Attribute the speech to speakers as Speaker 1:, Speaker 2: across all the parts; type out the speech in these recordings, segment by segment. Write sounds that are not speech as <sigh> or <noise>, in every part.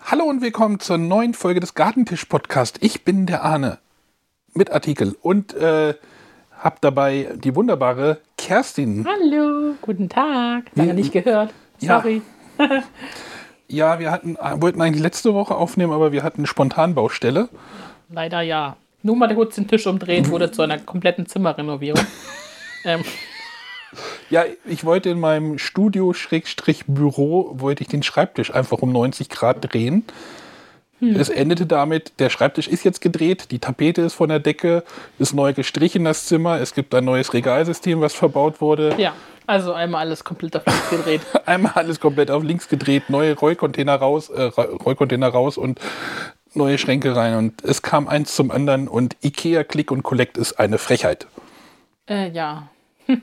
Speaker 1: Hallo und willkommen zur neuen Folge des Gartentisch-Podcast. Ich bin der Arne mit Artikel und äh, habe dabei die wunderbare Kerstin.
Speaker 2: Hallo, guten Tag.
Speaker 1: Wir-
Speaker 2: Lange nicht gehört.
Speaker 1: Hm. Ja.
Speaker 2: Sorry.
Speaker 1: Ja, wir hatten, äh, wollten eigentlich letzte Woche aufnehmen, aber wir hatten Spontanbaustelle.
Speaker 2: Leider ja. Nur mal kurz den Tisch umdrehen, wurde zu einer kompletten
Speaker 1: <laughs>
Speaker 2: Zimmerrenovierung. ähm,
Speaker 1: Ja, ich wollte in meinem Studio Schrägstrich Büro wollte ich den Schreibtisch einfach um 90 Grad drehen. Es endete damit, der Schreibtisch ist jetzt gedreht, die Tapete ist von der Decke, ist neu gestrichen das Zimmer, es gibt ein neues Regalsystem, was verbaut wurde.
Speaker 2: ja, also einmal alles komplett auf links gedreht.
Speaker 1: <laughs> Einmal alles komplett auf links gedreht, neue Rollcontainer raus, äh, Ra- Rollcontainer raus und neue Schränke rein und es kam eins zum anderen und Ikea Click und Collect ist eine Frechheit.
Speaker 2: äh, ja. Hm.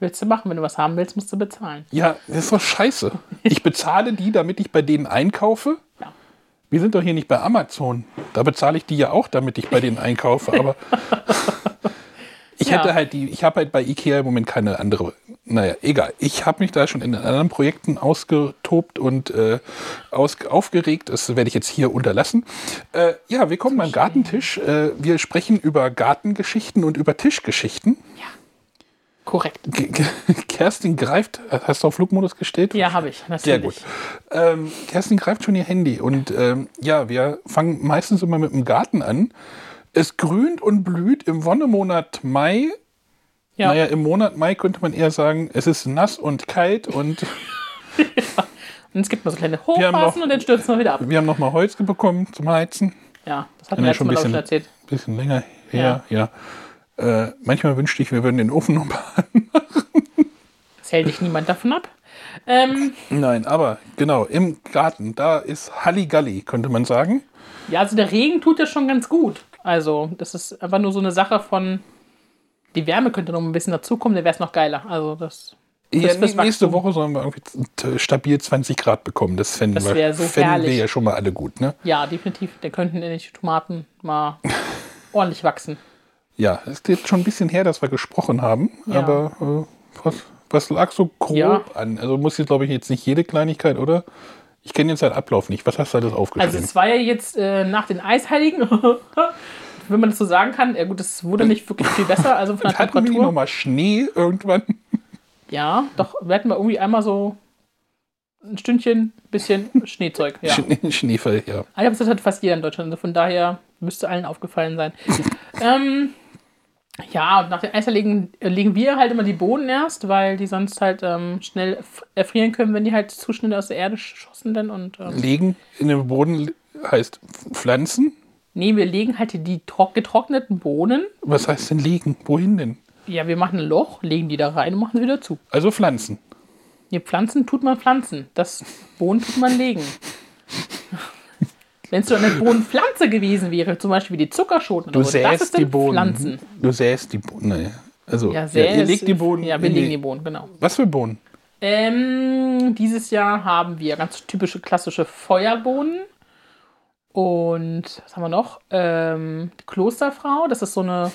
Speaker 2: Willst du machen, wenn du was haben willst, musst du bezahlen.
Speaker 1: Ja, das ist doch scheiße. Ich bezahle die, damit ich bei denen einkaufe.
Speaker 2: Ja.
Speaker 1: Wir sind doch hier nicht bei Amazon. Da bezahle ich die ja auch, damit ich bei denen einkaufe.
Speaker 2: <laughs>
Speaker 1: Aber ich
Speaker 2: Ja.
Speaker 1: hätte halt die, ich habe halt bei Ikea im Moment keine andere. Naja, egal. Ich habe mich da schon in anderen Projekten ausgetobt und äh, aus, aufgeregt. Das werde ich jetzt hier unterlassen. Äh, ja, wir kommen beim Gartentisch. Äh, wir sprechen über Gartengeschichten und über Tischgeschichten.
Speaker 2: Korrekt.
Speaker 1: G- G- Kerstin greift, hast du auf Flugmodus gestellt?
Speaker 2: Ja, habe ich. Natürlich.
Speaker 1: Sehr gut. Ähm, Kerstin greift schon ihr Handy und ähm, ja, wir fangen meistens immer mit dem Garten an. Es grünt und blüht im Wonnemonat Mai.
Speaker 2: Ja.
Speaker 1: Naja, im Monat Mai könnte man eher sagen, es ist nass und kalt und
Speaker 2: Und es gibt mal so kleine
Speaker 1: haben
Speaker 2: Hochphasen
Speaker 1: noch-
Speaker 2: und dann stürzen wir wieder ab.
Speaker 1: wir haben nochmal Holz bekommen zum Heizen.
Speaker 2: Ja, das hat
Speaker 1: Haben
Speaker 2: mir
Speaker 1: wir
Speaker 2: letztes
Speaker 1: schon
Speaker 2: Mal
Speaker 1: ein
Speaker 2: auch schon
Speaker 1: bisschen,
Speaker 2: erzählt.
Speaker 1: bisschen länger her. Ja. Äh, manchmal wünschte ich, wir würden den Ofen noch mal
Speaker 2: Das hält dich niemand davon ab.
Speaker 1: <laughs>
Speaker 2: Ähm,
Speaker 1: Nein, aber genau, im Garten, da ist Halligalli, könnte man sagen.
Speaker 2: Ja, also der Regen tut ja schon ganz gut. Also, das ist einfach nur so eine Sache von. Die Wärme könnte noch ein bisschen dazukommen, dann wäre es noch geiler. Also, das,
Speaker 1: Ja,
Speaker 2: fürs
Speaker 1: nee, nächste
Speaker 2: Wachstum.
Speaker 1: Woche sollen wir irgendwie t- äh, stabil 20 Grad bekommen. Das fänden,
Speaker 2: Das
Speaker 1: wir,
Speaker 2: wär so
Speaker 1: fänden wir
Speaker 2: herrlich.
Speaker 1: ja schon mal alle gut, ne?
Speaker 2: Ja, definitiv. Da könnten die Tomaten mal ordentlich wachsen.
Speaker 1: Ja, es ist jetzt schon ein bisschen her, dass wir gesprochen haben,
Speaker 2: Ja.
Speaker 1: aber äh, was, was lag so grob
Speaker 2: Ja.
Speaker 1: an? Also muss jetzt, glaube ich, jetzt nicht jede Kleinigkeit, oder? Ich kenne jetzt deinen Ablauf nicht. Was hast du alles
Speaker 2: Also,
Speaker 1: aufgeschrieben?
Speaker 2: es war ja jetzt äh, nach den Eisheiligen, <laughs> wenn man das so sagen kann. Ja, gut, es wurde nicht wirklich viel besser. Also, von der
Speaker 1: Hatten wir nicht noch
Speaker 2: Temperatur.
Speaker 1: mal Schnee irgendwann?
Speaker 2: Ja, doch, wir hatten mal irgendwie einmal so ein Stündchen, bisschen Schneezeug. Ja.
Speaker 1: Schnee, Schneefall, ja.
Speaker 2: Aber das hat fast jeder in Deutschland. Also von daher müsste allen
Speaker 1: <laughs>
Speaker 2: aufgefallen sein. ähm, ja, und nach den Eisern legen, äh, legen wir halt immer die Bohnen erst, weil die sonst halt ähm, schnell f- erfrieren können, wenn die halt zu schnell aus der Erde schossen denn. Und ähm,
Speaker 1: Legen in den Boden heißt pflanzen.
Speaker 2: nee, wir legen halt die trock- getrockneten Bohnen.
Speaker 1: Was heißt denn legen? Wohin denn?
Speaker 2: Ja, wir machen ein Loch, legen die da rein und machen sie wieder zu.
Speaker 1: Also pflanzen.
Speaker 2: Nee, Pflanzen tut man Pflanzen. Das Bohnen tut man
Speaker 1: <laughs>
Speaker 2: legen. Wenn es doch eine Bohnenpflanze gewesen wäre, zum Beispiel wie die Zuckerschoten,
Speaker 1: Du
Speaker 2: oder so, das
Speaker 1: säst
Speaker 2: ist
Speaker 1: die
Speaker 2: dann
Speaker 1: Bohnen.
Speaker 2: Pflanzen.
Speaker 1: Du säst die Bohnen. Nee. Also,
Speaker 2: Ja,
Speaker 1: ja,
Speaker 2: sehr.
Speaker 1: ihr legt die Bohnen.
Speaker 2: Ja, wir
Speaker 1: in
Speaker 2: legen die Bohnen, genau.
Speaker 1: Was für Bohnen?
Speaker 2: Ähm, dieses Jahr haben wir ganz typische klassische Feuerbohnen. Und was haben wir noch? Ähm, die Klosterfrau, das ist so eine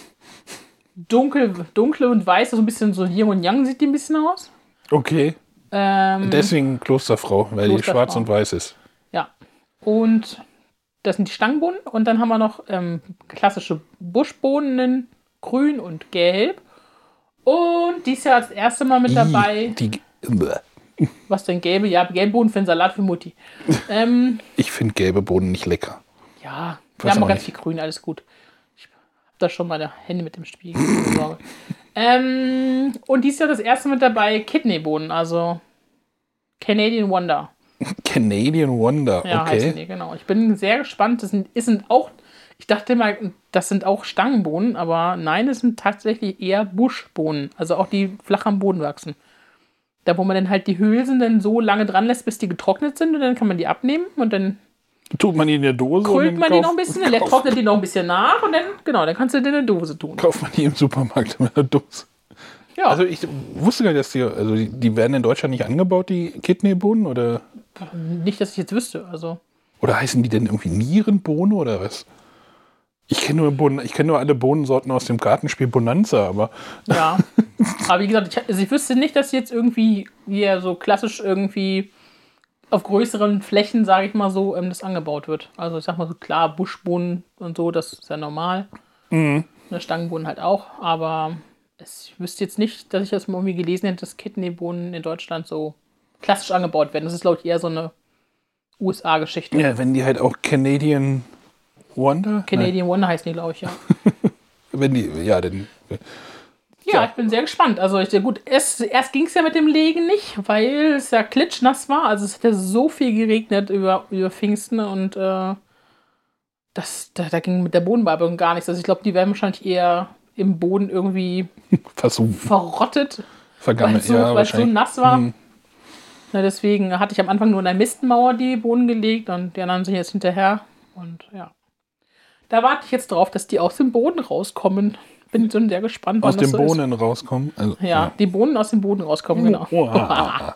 Speaker 2: dunkel, dunkle und weiße, so ein bisschen so Yin und Yang sieht die ein bisschen aus.
Speaker 1: Okay.
Speaker 2: Ähm,
Speaker 1: Deswegen Klosterfrau, weil die
Speaker 2: Klosterfrau.
Speaker 1: schwarz und weiß ist.
Speaker 2: ja. Und das sind die Stangenbohnen. Und dann haben wir noch ähm, klassische Buschbohnen in grün und gelb. Und dieses Jahr das erste Mal mit dabei.
Speaker 1: I, die, bleh.
Speaker 2: Was denn gelbe? Ja, gelbe Bohnen für den Salat
Speaker 1: <laughs>
Speaker 2: für Mutti. Ähm,
Speaker 1: ich finde gelbe Bohnen nicht lecker.
Speaker 2: ja, wir
Speaker 1: Weiß
Speaker 2: haben
Speaker 1: auch
Speaker 2: auch ganz
Speaker 1: nicht.
Speaker 2: viel Grün, alles gut. Ich hab da schon meine Hände mit dem Spiegel.
Speaker 1: <laughs>
Speaker 2: keine Sorge. ähm, und dies Jahr das erste mit dabei Kidneybohnen, also Canadian Wonder.
Speaker 1: Canadian Wonder,
Speaker 2: Ja, heißen
Speaker 1: okay.
Speaker 2: die, genau. Ich bin sehr gespannt. Das sind, es sind auch, ich dachte mal, das sind auch Stangenbohnen, aber nein, es sind tatsächlich eher Buschbohnen, also auch die flach am Boden wachsen. Da, wo man dann halt die Hülsen dann so lange dran lässt, bis die getrocknet sind und dann kann man die abnehmen und dann
Speaker 1: Tut man die in eine Dose
Speaker 2: krölt
Speaker 1: dann
Speaker 2: man die
Speaker 1: kauf-
Speaker 2: noch ein bisschen,
Speaker 1: <laughs>
Speaker 2: dann trocknet die noch ein bisschen nach und dann, genau, dann kannst du dir eine Dose tun.
Speaker 1: Kauft man die im Supermarkt mit einer Dose.
Speaker 2: Ja,
Speaker 1: Also ich wusste gar nicht, dass die, also die, die werden in Deutschland nicht angebaut, die Kidneybohnen? Oder,
Speaker 2: nicht, dass ich jetzt wüsste, also.
Speaker 1: oder heißen die denn irgendwie Nierenbohnen oder was? Ich kenne nur, Bohnen- ich kenn nur alle Bohnensorten aus dem Gartenspiel Bonanza, aber
Speaker 2: Ja. Aber wie gesagt, ich, also ich wüsste nicht, dass jetzt irgendwie hier so klassisch irgendwie auf größeren Flächen, sage ich mal so, ähm, das angebaut wird. Also ich sag mal so, klar, Buschbohnen und so, das ist ja normal.
Speaker 1: Mhm.
Speaker 2: Eine Stangenbohnen halt auch, aber es, ich wüsste jetzt nicht, dass ich das mal irgendwie gelesen hätte, dass Kidneybohnen in Deutschland so klassisch angebaut werden. Das ist, glaube ich, eher so eine USA-Geschichte.
Speaker 1: Ja, wenn die halt auch Canadian Wonder?
Speaker 2: Canadian Wonder heißt die, glaube ich, ja.
Speaker 1: Nein, wenn die, ja, dann.
Speaker 2: Ja,
Speaker 1: Ja.
Speaker 2: ich bin sehr gespannt. Also ich, gut, erst, erst ging es ja mit dem Legen nicht, weil es ja klitschnass war. Also es hat ja so viel geregnet über, über Pfingsten und äh, das, da, da ging mit der Bodenbearbeitung gar nichts. Also ich glaube, die werden wahrscheinlich eher im Boden irgendwie
Speaker 1: Versuchen.
Speaker 2: verrottet, weil
Speaker 1: Vergammelt,
Speaker 2: es so,
Speaker 1: ja,
Speaker 2: weil es so
Speaker 1: wahrscheinlich.
Speaker 2: nass war.
Speaker 1: Hm.
Speaker 2: Na, deswegen hatte ich am Anfang nur in der Mistenmauer die Bohnen gelegt und die anderen sind jetzt hinterher. Und ja. Da warte ich jetzt drauf, dass die aus dem Boden rauskommen. Bin so sehr gespannt,
Speaker 1: Aus
Speaker 2: das
Speaker 1: den
Speaker 2: so ist.
Speaker 1: Bohnen rauskommen. Also,
Speaker 2: Ja, die Bohnen aus dem Boden rauskommen, genau.
Speaker 1: Oh. Oha.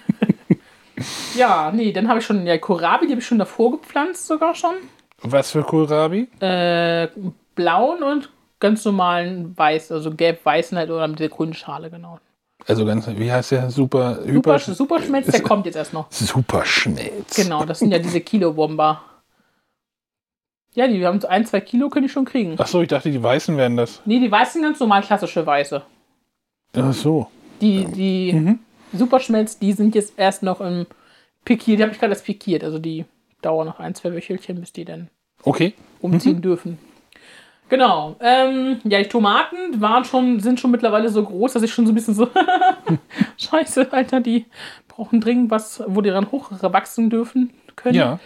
Speaker 2: <laughs> Ja, nee, dann habe ich schon, ja, Kohlrabi, die habe ich schon davor gepflanzt sogar schon.
Speaker 1: Was für Kohlrabi?
Speaker 2: Äh, blauen und ganz normalen weiß, also gelb-weißen halt oder mit der grünen Schale, genau.
Speaker 1: Also ganz, wie heißt der? Super,
Speaker 2: Super,
Speaker 1: super,
Speaker 2: super
Speaker 1: <laughs>
Speaker 2: Schmelz, der kommt jetzt erst noch.
Speaker 1: super Schmelz.
Speaker 2: Genau, das sind ja diese Kilo-Bomber. Ja, die haben so ein, zwei Kilo, können die schon kriegen.
Speaker 1: Achso, ich dachte, die Weißen wären das.
Speaker 2: Nee, die weißen ganz normal klassische Weiße.
Speaker 1: Ach so.
Speaker 2: Die, die
Speaker 1: Mhm.
Speaker 2: Superschmelz, die sind jetzt erst noch im Pikiert, die habe ich gerade erst pikiert, also die dauern noch ein, zwei Wöchelchen, bis die dann
Speaker 1: Okay. Mhm.
Speaker 2: umziehen dürfen. Genau. Ähm, ja, die Tomaten waren schon, sind schon mittlerweile so groß, dass ich schon so ein bisschen so, <laughs> scheiße, Alter, die brauchen dringend was, wo die dann hochwachsen dürfen können.
Speaker 1: Ja,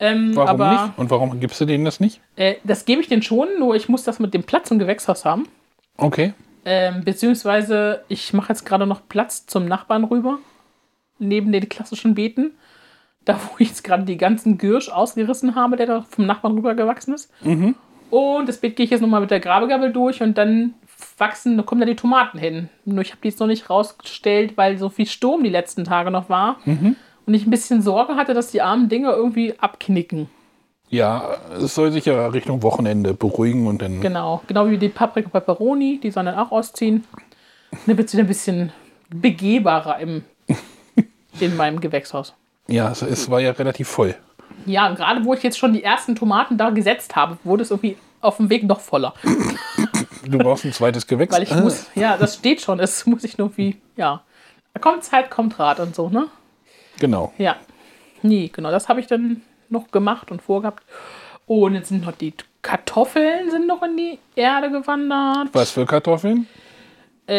Speaker 2: ähm,
Speaker 1: warum
Speaker 2: aber
Speaker 1: nicht? Und warum gibst du denen das nicht?
Speaker 2: Äh, das gebe ich denen schon, nur ich muss das mit dem Platz im Gewächshaus haben.
Speaker 1: Okay.
Speaker 2: Ähm, beziehungsweise, ich mache jetzt gerade noch Platz zum Nachbarn rüber, neben den klassischen Beeten. Da, wo ich jetzt gerade die ganzen Gürsch ausgerissen habe, der da vom Nachbarn rüber gewachsen ist. Und das Beet gehe ich jetzt nochmal mit der Grabegabel durch und dann wachsen, da kommen da die Tomaten hin. Nur ich habe die jetzt noch nicht rausgestellt, weil so viel Sturm die letzten Tage noch war. Und ich ein bisschen Sorge hatte, dass die armen Dinger irgendwie abknicken.
Speaker 1: Ja, es soll sich ja Richtung Wochenende beruhigen und dann.
Speaker 2: Genau, genau wie die Paprika Pepperoni, die sollen dann auch ausziehen. Dann wird es wieder ein bisschen begehbarer im, in meinem Gewächshaus.
Speaker 1: Ja, es, es war ja relativ voll.
Speaker 2: Ja, und gerade wo ich jetzt schon die ersten Tomaten da gesetzt habe, wurde es irgendwie auf dem Weg noch voller.
Speaker 1: Du brauchst ein zweites Gewächs. Äh,
Speaker 2: Weil ich muss, ja, das steht schon, es muss ich nur irgendwie, ja. Da kommt Zeit, kommt Rat und so, ne?
Speaker 1: Genau.
Speaker 2: Ja. Nee, genau, das habe ich dann noch gemacht und vorgehabt. Oh, Und jetzt sind noch die Kartoffeln sind noch in die Erde gewandert.
Speaker 1: Was für Kartoffeln?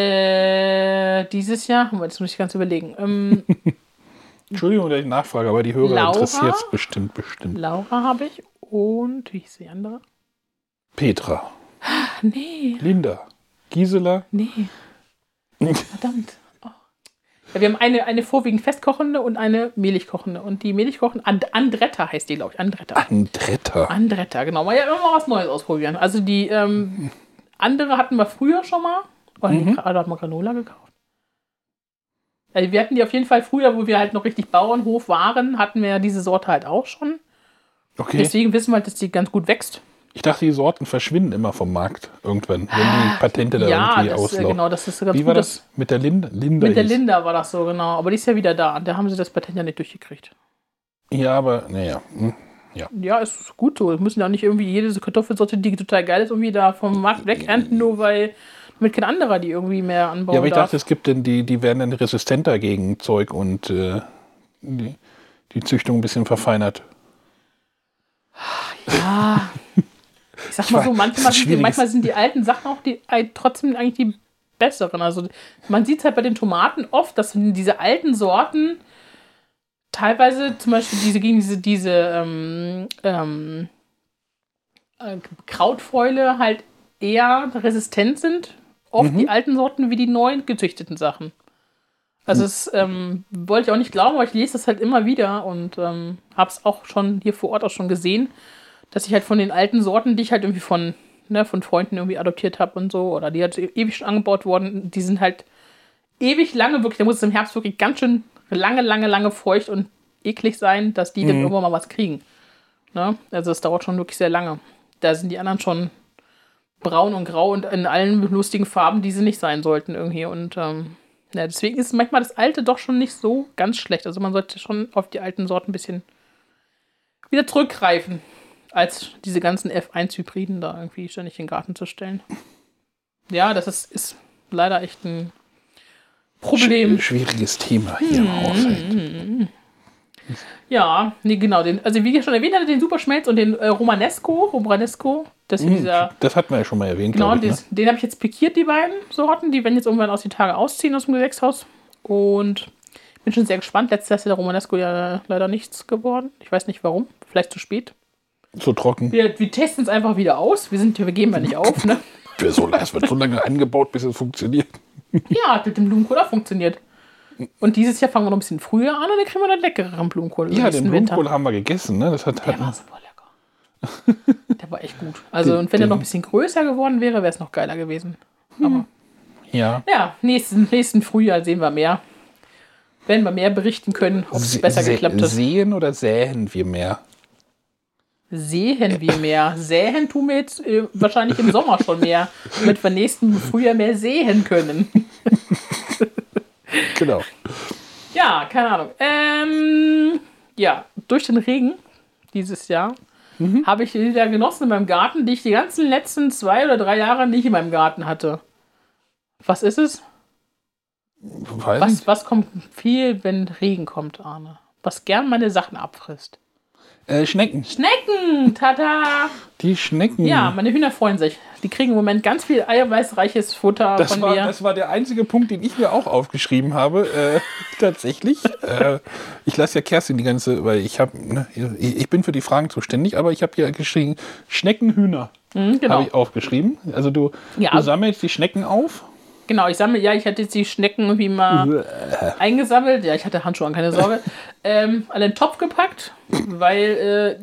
Speaker 2: Äh, dieses Jahr, Moment, jetzt muss ich ganz überlegen. Ähm,
Speaker 1: Entschuldigung, dass ich nachfrage, aber die Hörer
Speaker 2: Laura?
Speaker 1: interessiert es bestimmt, bestimmt.
Speaker 2: Laura habe ich und wie hieß die andere?
Speaker 1: Petra,
Speaker 2: Ach, nee,
Speaker 1: Linda, Gisela. <laughs>
Speaker 2: nee, verdammt. Oh. Ja, wir haben eine, eine vorwiegend festkochende und eine mehligkochende. Und die mehligkochende, And Andretta heißt die, glaube ich, Andretta.
Speaker 1: Andretta.
Speaker 2: Andretta, genau. Mal ja immer was Neues ausprobieren. Also die ähm, andere hatten wir früher schon mal. Oder nee, Gra- oder hat man Granola gekauft? Also wir hatten die auf jeden Fall früher, wo wir halt noch richtig Bauernhof waren, hatten wir diese Sorte halt auch schon.
Speaker 1: Okay.
Speaker 2: Deswegen wissen wir halt, dass die ganz gut wächst.
Speaker 1: Ich dachte, die Sorten verschwinden immer vom Markt irgendwann, wenn die Patente da
Speaker 2: Ah, ja,
Speaker 1: irgendwie
Speaker 2: das, äh,
Speaker 1: auslaufen.
Speaker 2: genau, das ist ganz
Speaker 1: Wie
Speaker 2: gut.
Speaker 1: war
Speaker 2: dass-
Speaker 1: das mit der Linda? Linda
Speaker 2: Mit der
Speaker 1: hieß-
Speaker 2: Linda war das so, genau. Aber die ist ja wieder da. Und da haben sie das Patent ja nicht durchgekriegt.
Speaker 1: Ja, aber naja. hm.
Speaker 2: Ja, ist gut so. Wir müssen ja nicht irgendwie jede Kartoffelsorte, die total geil ist, irgendwie da vom Markt wegernten, nur weil damit kein anderer die irgendwie mehr anbauen
Speaker 1: Ja, aber ich
Speaker 2: darf.
Speaker 1: dachte, es gibt denn die, die werden dann resistenter gegen Zeug und äh, die, die Züchtung ein bisschen verfeinert.
Speaker 2: Ah. Ich sag mal so,
Speaker 1: weiß,
Speaker 2: manchmal
Speaker 1: das ist
Speaker 2: sind, die,
Speaker 1: schwierig.
Speaker 2: manchmal sind die alten Sachen auch die, äh, trotzdem eigentlich die besseren. Also man sieht halt bei den Tomaten oft, dass diese alten Sorten teilweise zum Beispiel diese gegen diese, diese ähm, ähm, äh, Krautfäule halt eher resistent sind. Oft
Speaker 1: Mhm.
Speaker 2: die alten Sorten wie die neuen gezüchteten Sachen. Also
Speaker 1: Mhm.
Speaker 2: es ähm, wollte ich auch nicht glauben, aber ich lese das halt immer wieder und ähm, habe es auch schon hier vor Ort auch schon gesehen, dass ich halt von den alten Sorten, die ich halt irgendwie von, ne, von Freunden irgendwie adoptiert habe und so, oder die halt ewig schon angebaut wurden, die sind halt ewig lange wirklich, da muss es im Herbst wirklich ganz schön lange, lange, lange feucht und eklig sein, dass die dann irgendwann mal was kriegen. Ne? Also es dauert schon wirklich sehr lange. Da sind die anderen schon braun und grau und in allen lustigen Farben, die sie nicht sein sollten irgendwie und ähm, Ja, deswegen ist manchmal das alte doch schon nicht so ganz schlecht. Also man sollte schon auf die alten Sorten ein bisschen wieder zurückgreifen, als diese ganzen F1-Hybriden da irgendwie ständig in den Garten zu stellen. Ja, das ist, ist leider echt ein Problem. Hm.
Speaker 1: Schw- Schwieriges Thema hier im Haushalt.
Speaker 2: Ja, nee, genau. Den, also wie ich schon erwähnt hatte, den Superschmelz und den äh, Romanesco. Romanesco, das ist dieser
Speaker 1: Das hat man ja schon mal erwähnt,
Speaker 2: Genau,
Speaker 1: glaube ich. Ne?
Speaker 2: des- den habe ich jetzt pikiert, die beiden Sorten. Die werden jetzt irgendwann aus den Tagen ausziehen aus dem Gewächshaus. Und bin schon sehr gespannt. Letztes Jahr ist der Romanesco ja leider nichts geworden. Ich weiß nicht warum. Vielleicht zu spät.
Speaker 1: So trocken.
Speaker 2: Wir, wir testen es einfach wieder aus. Wir, sind, wir geben ja nicht auf, ne?
Speaker 1: Für so, es wird so lange angebaut, bis es
Speaker 2: <laughs>
Speaker 1: funktioniert.
Speaker 2: Ja, hat mit dem Blumenkohl auch funktioniert. Und dieses Jahr fangen wir noch ein bisschen früher an und dann kriegen wir dann leckereren Blumenkohl.
Speaker 1: Ja,
Speaker 2: nächsten
Speaker 1: den
Speaker 2: Winter.
Speaker 1: Blumenkohl haben wir gegessen. Ne? Das hat,
Speaker 2: Der war
Speaker 1: hat
Speaker 2: super lecker. <laughs> Der war echt gut. Also, und wenn er noch ein bisschen größer geworden wäre, wäre es noch geiler gewesen. Aber
Speaker 1: ja.
Speaker 2: ja, nächsten, nächsten Frühjahr sehen wir mehr. Werden wir mehr berichten können, ob es
Speaker 1: Se-
Speaker 2: besser
Speaker 1: se-
Speaker 2: geklappt hat.
Speaker 1: Sehen oder säen wir mehr?
Speaker 2: Sehen wir mehr. Säen tun wir jetzt äh, wahrscheinlich im Sommer schon mehr, damit wir nächsten Frühjahr mehr sehen können.
Speaker 1: Genau.
Speaker 2: Ja, keine Ahnung. Ähm, ja, durch den Regen dieses Jahr
Speaker 1: Mhm.
Speaker 2: habe ich wieder genossen in meinem Garten, die ich die ganzen letzten zwei oder drei Jahre nicht in meinem Garten hatte. Was ist es?
Speaker 1: Weiß nicht.
Speaker 2: Was, was kommt viel, wenn Regen kommt, Arne? Was gern meine Sachen abfrisst.
Speaker 1: Äh, Schnecken.
Speaker 2: Schnecken! Tada!
Speaker 1: Die Schnecken.
Speaker 2: Ja, meine Hühner freuen sich. Die kriegen im Moment ganz viel eiweißreiches Futter
Speaker 1: Das
Speaker 2: von
Speaker 1: war,
Speaker 2: mir.
Speaker 1: das war der einzige Punkt, den ich mir auch aufgeschrieben habe. Äh, <laughs> tatsächlich. äh, ich lasse ja Kerstin die ganze, weil ich habe, ne, ich ich bin für die Fragen zuständig, aber ich habe hier geschrieben, Schneckenhühner
Speaker 2: Mhm, genau.
Speaker 1: habe ich aufgeschrieben. Also du,
Speaker 2: Ja.
Speaker 1: du sammelst die Schnecken auf. Also
Speaker 2: Genau, ich sammle, ja, ich hatte jetzt die Schnecken irgendwie
Speaker 1: Mhm.
Speaker 2: mal eingesammelt. Ja, ich hatte Handschuhe an,
Speaker 1: <laughs>
Speaker 2: keine Sorge. ähm, an den Topf gepackt, weil,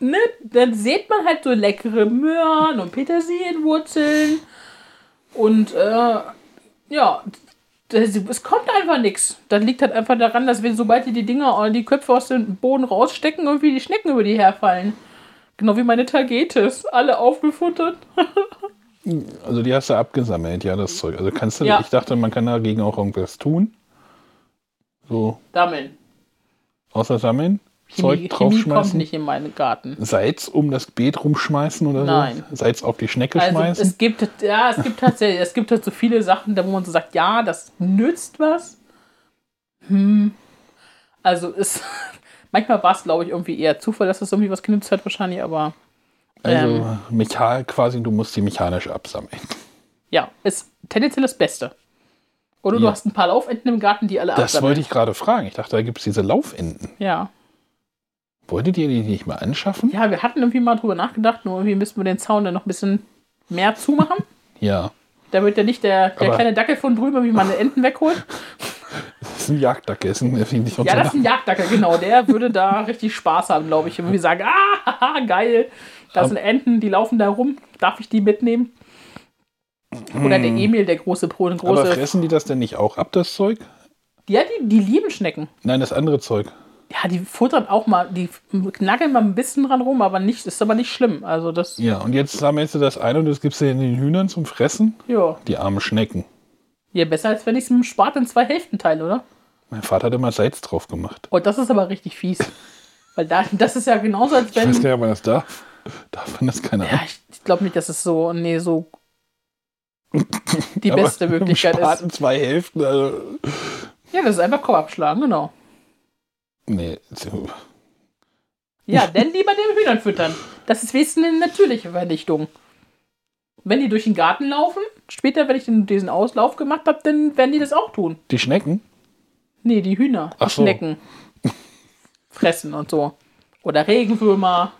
Speaker 2: äh, ne, dann sieht man halt so leckere Möhren und Petersilienwurzeln. Und, äh, ja, das, es kommt einfach nichts. Das liegt halt einfach daran, dass wir, sobald die die Dinger oder die Köpfe aus dem Boden rausstecken, irgendwie die Schnecken über die herfallen. Genau wie meine Tagetes. Alle aufgefuttert.
Speaker 1: Also die hast du abgesammelt, ja, das Zeug. Also kannst du,
Speaker 2: Ja.
Speaker 1: ich dachte, man kann dagegen auch irgendwas tun. So,
Speaker 2: Dammeln.
Speaker 1: außer sammeln. Zeug
Speaker 2: Chemie kommt
Speaker 1: draufschmeißen.
Speaker 2: nicht in meinen Garten.
Speaker 1: Salz um das Beet rumschmeißen oder
Speaker 2: Nein.
Speaker 1: so? Salz auf die Schnecke
Speaker 2: Also
Speaker 1: schmeißen?
Speaker 2: es gibt, ja, es gibt tatsächlich, es gibt halt so viele Sachen, da wo man so sagt, ja, das nützt was. Hm. Also es, <laughs> manchmal war es, glaube ich, irgendwie eher Zufall, dass es irgendwie was genützt hat wahrscheinlich, aber
Speaker 1: Also
Speaker 2: Ähm.
Speaker 1: mechal quasi, du musst sie mechanisch absammeln.
Speaker 2: ja, ist tendenziell das Beste. Oder du
Speaker 1: Ja.
Speaker 2: hast ein paar Laufenten im Garten, die alle
Speaker 1: Das
Speaker 2: absammeln.
Speaker 1: wollte ich gerade fragen. Ich dachte, da gibt es diese Laufenden.
Speaker 2: Ja.
Speaker 1: Wolltet ihr die nicht mal anschaffen?
Speaker 2: ja, wir hatten irgendwie mal drüber nachgedacht, nur irgendwie müssen wir den Zaun dann noch ein bisschen mehr zumachen,
Speaker 1: Ja.
Speaker 2: damit ja nicht der, der
Speaker 1: Aber-
Speaker 2: kleine Dackel von drüben wie meine Enten wegholt.
Speaker 1: Das ist ein Jagddackel. Das ist ein- <laughs> das ist nicht
Speaker 2: Ja,
Speaker 1: unser
Speaker 2: das ist ein Jagddackel, genau. Der würde da richtig Spaß haben, glaube ich. Und wir sagen, ah, haha, geil. Da sind Enten, die laufen da rum. Darf ich die mitnehmen? Oder der Emil, der große Pro, eine
Speaker 1: Mm. Aber
Speaker 2: große.
Speaker 1: fressen die das denn nicht auch ab, das Zeug?
Speaker 2: Ja, die, die lieben Schnecken.
Speaker 1: Nein, das andere Zeug.
Speaker 2: Ja, die futtern auch mal, die knackeln mal ein bisschen dran rum, aber nicht, ist aber nicht schlimm. Also das,
Speaker 1: Ja, und jetzt sammelst du das ein und das gibst du den Hühnern zum Fressen?
Speaker 2: ja.
Speaker 1: Die armen Schnecken.
Speaker 2: Ja, besser als wenn ich es mit dem Spat in zwei Hälften teile, oder?
Speaker 1: Mein Vater hat immer Salz drauf gemacht.
Speaker 2: Oh, das ist aber richtig fies. Weil da, das ist ja genauso, als
Speaker 1: Ich
Speaker 2: wenn.
Speaker 1: weiß gar nicht, ob man das darf. <laughs> Darf man das? Keine Ahnung.
Speaker 2: Ja, ich, ich glaube nicht, dass es so, nee, so die beste
Speaker 1: Aber mit dem
Speaker 2: Möglichkeit ist.
Speaker 1: Spaten zwei Hälften. Also,
Speaker 2: Ja, das ist einfach Kopf abschlagen, genau.
Speaker 1: nee, so.
Speaker 2: Ja, denn lieber den Hühnern füttern. Das ist wenigstens eine natürliche Vernichtung. Wenn die durch den Garten laufen, später, wenn ich den, diesen Auslauf gemacht habe, dann werden die das auch tun.
Speaker 1: die Schnecken?
Speaker 2: Nee, die Hühner, die
Speaker 1: Ach so.
Speaker 2: Schnecken. Fressen und so. Oder Regenwürmer.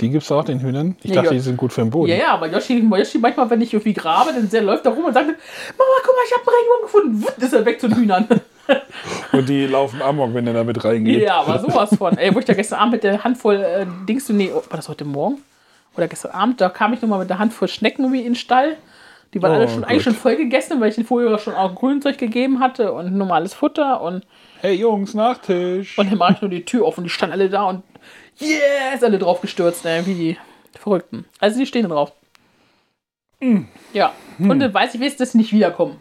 Speaker 1: Die gibst du auch den Hühnern? Ich
Speaker 2: Ja,
Speaker 1: dachte,
Speaker 2: ja.
Speaker 1: die sind gut für den Boden.
Speaker 2: Ja, ja, aber Yoshi, Yoshi manchmal, wenn ich irgendwie grabe, dann der läuft da rum und sagt, Mama, guck mal, ich habe einen Regenwurm gefunden. Wut, ist er weg zu den Hühnern.
Speaker 1: Und die laufen Amok, wenn der damit reingeht.
Speaker 2: Ja, aber sowas von. Ey, wo ich da gestern Abend mit der Handvoll äh, Dings, nee, oh, war das heute Morgen? Oder gestern Abend, da kam ich nochmal mit der Handvoll Schnecken irgendwie in den Stall. Die waren
Speaker 1: Oh,
Speaker 2: alle schon, eigentlich
Speaker 1: gut.
Speaker 2: schon voll gegessen, weil ich den vorher schon auch Grünzeug gegeben hatte und normales Futter und,
Speaker 1: Hey Jungs, Nachtisch.
Speaker 2: und dann mache ich nur die Tür auf und die standen alle da und yes, alle drauf gestürzt, ne, wie die Verrückten. Also die
Speaker 1: Hm.
Speaker 2: stehen drauf. Ja. Und dann weiß ich, wie es, dass sie nicht wiederkommen.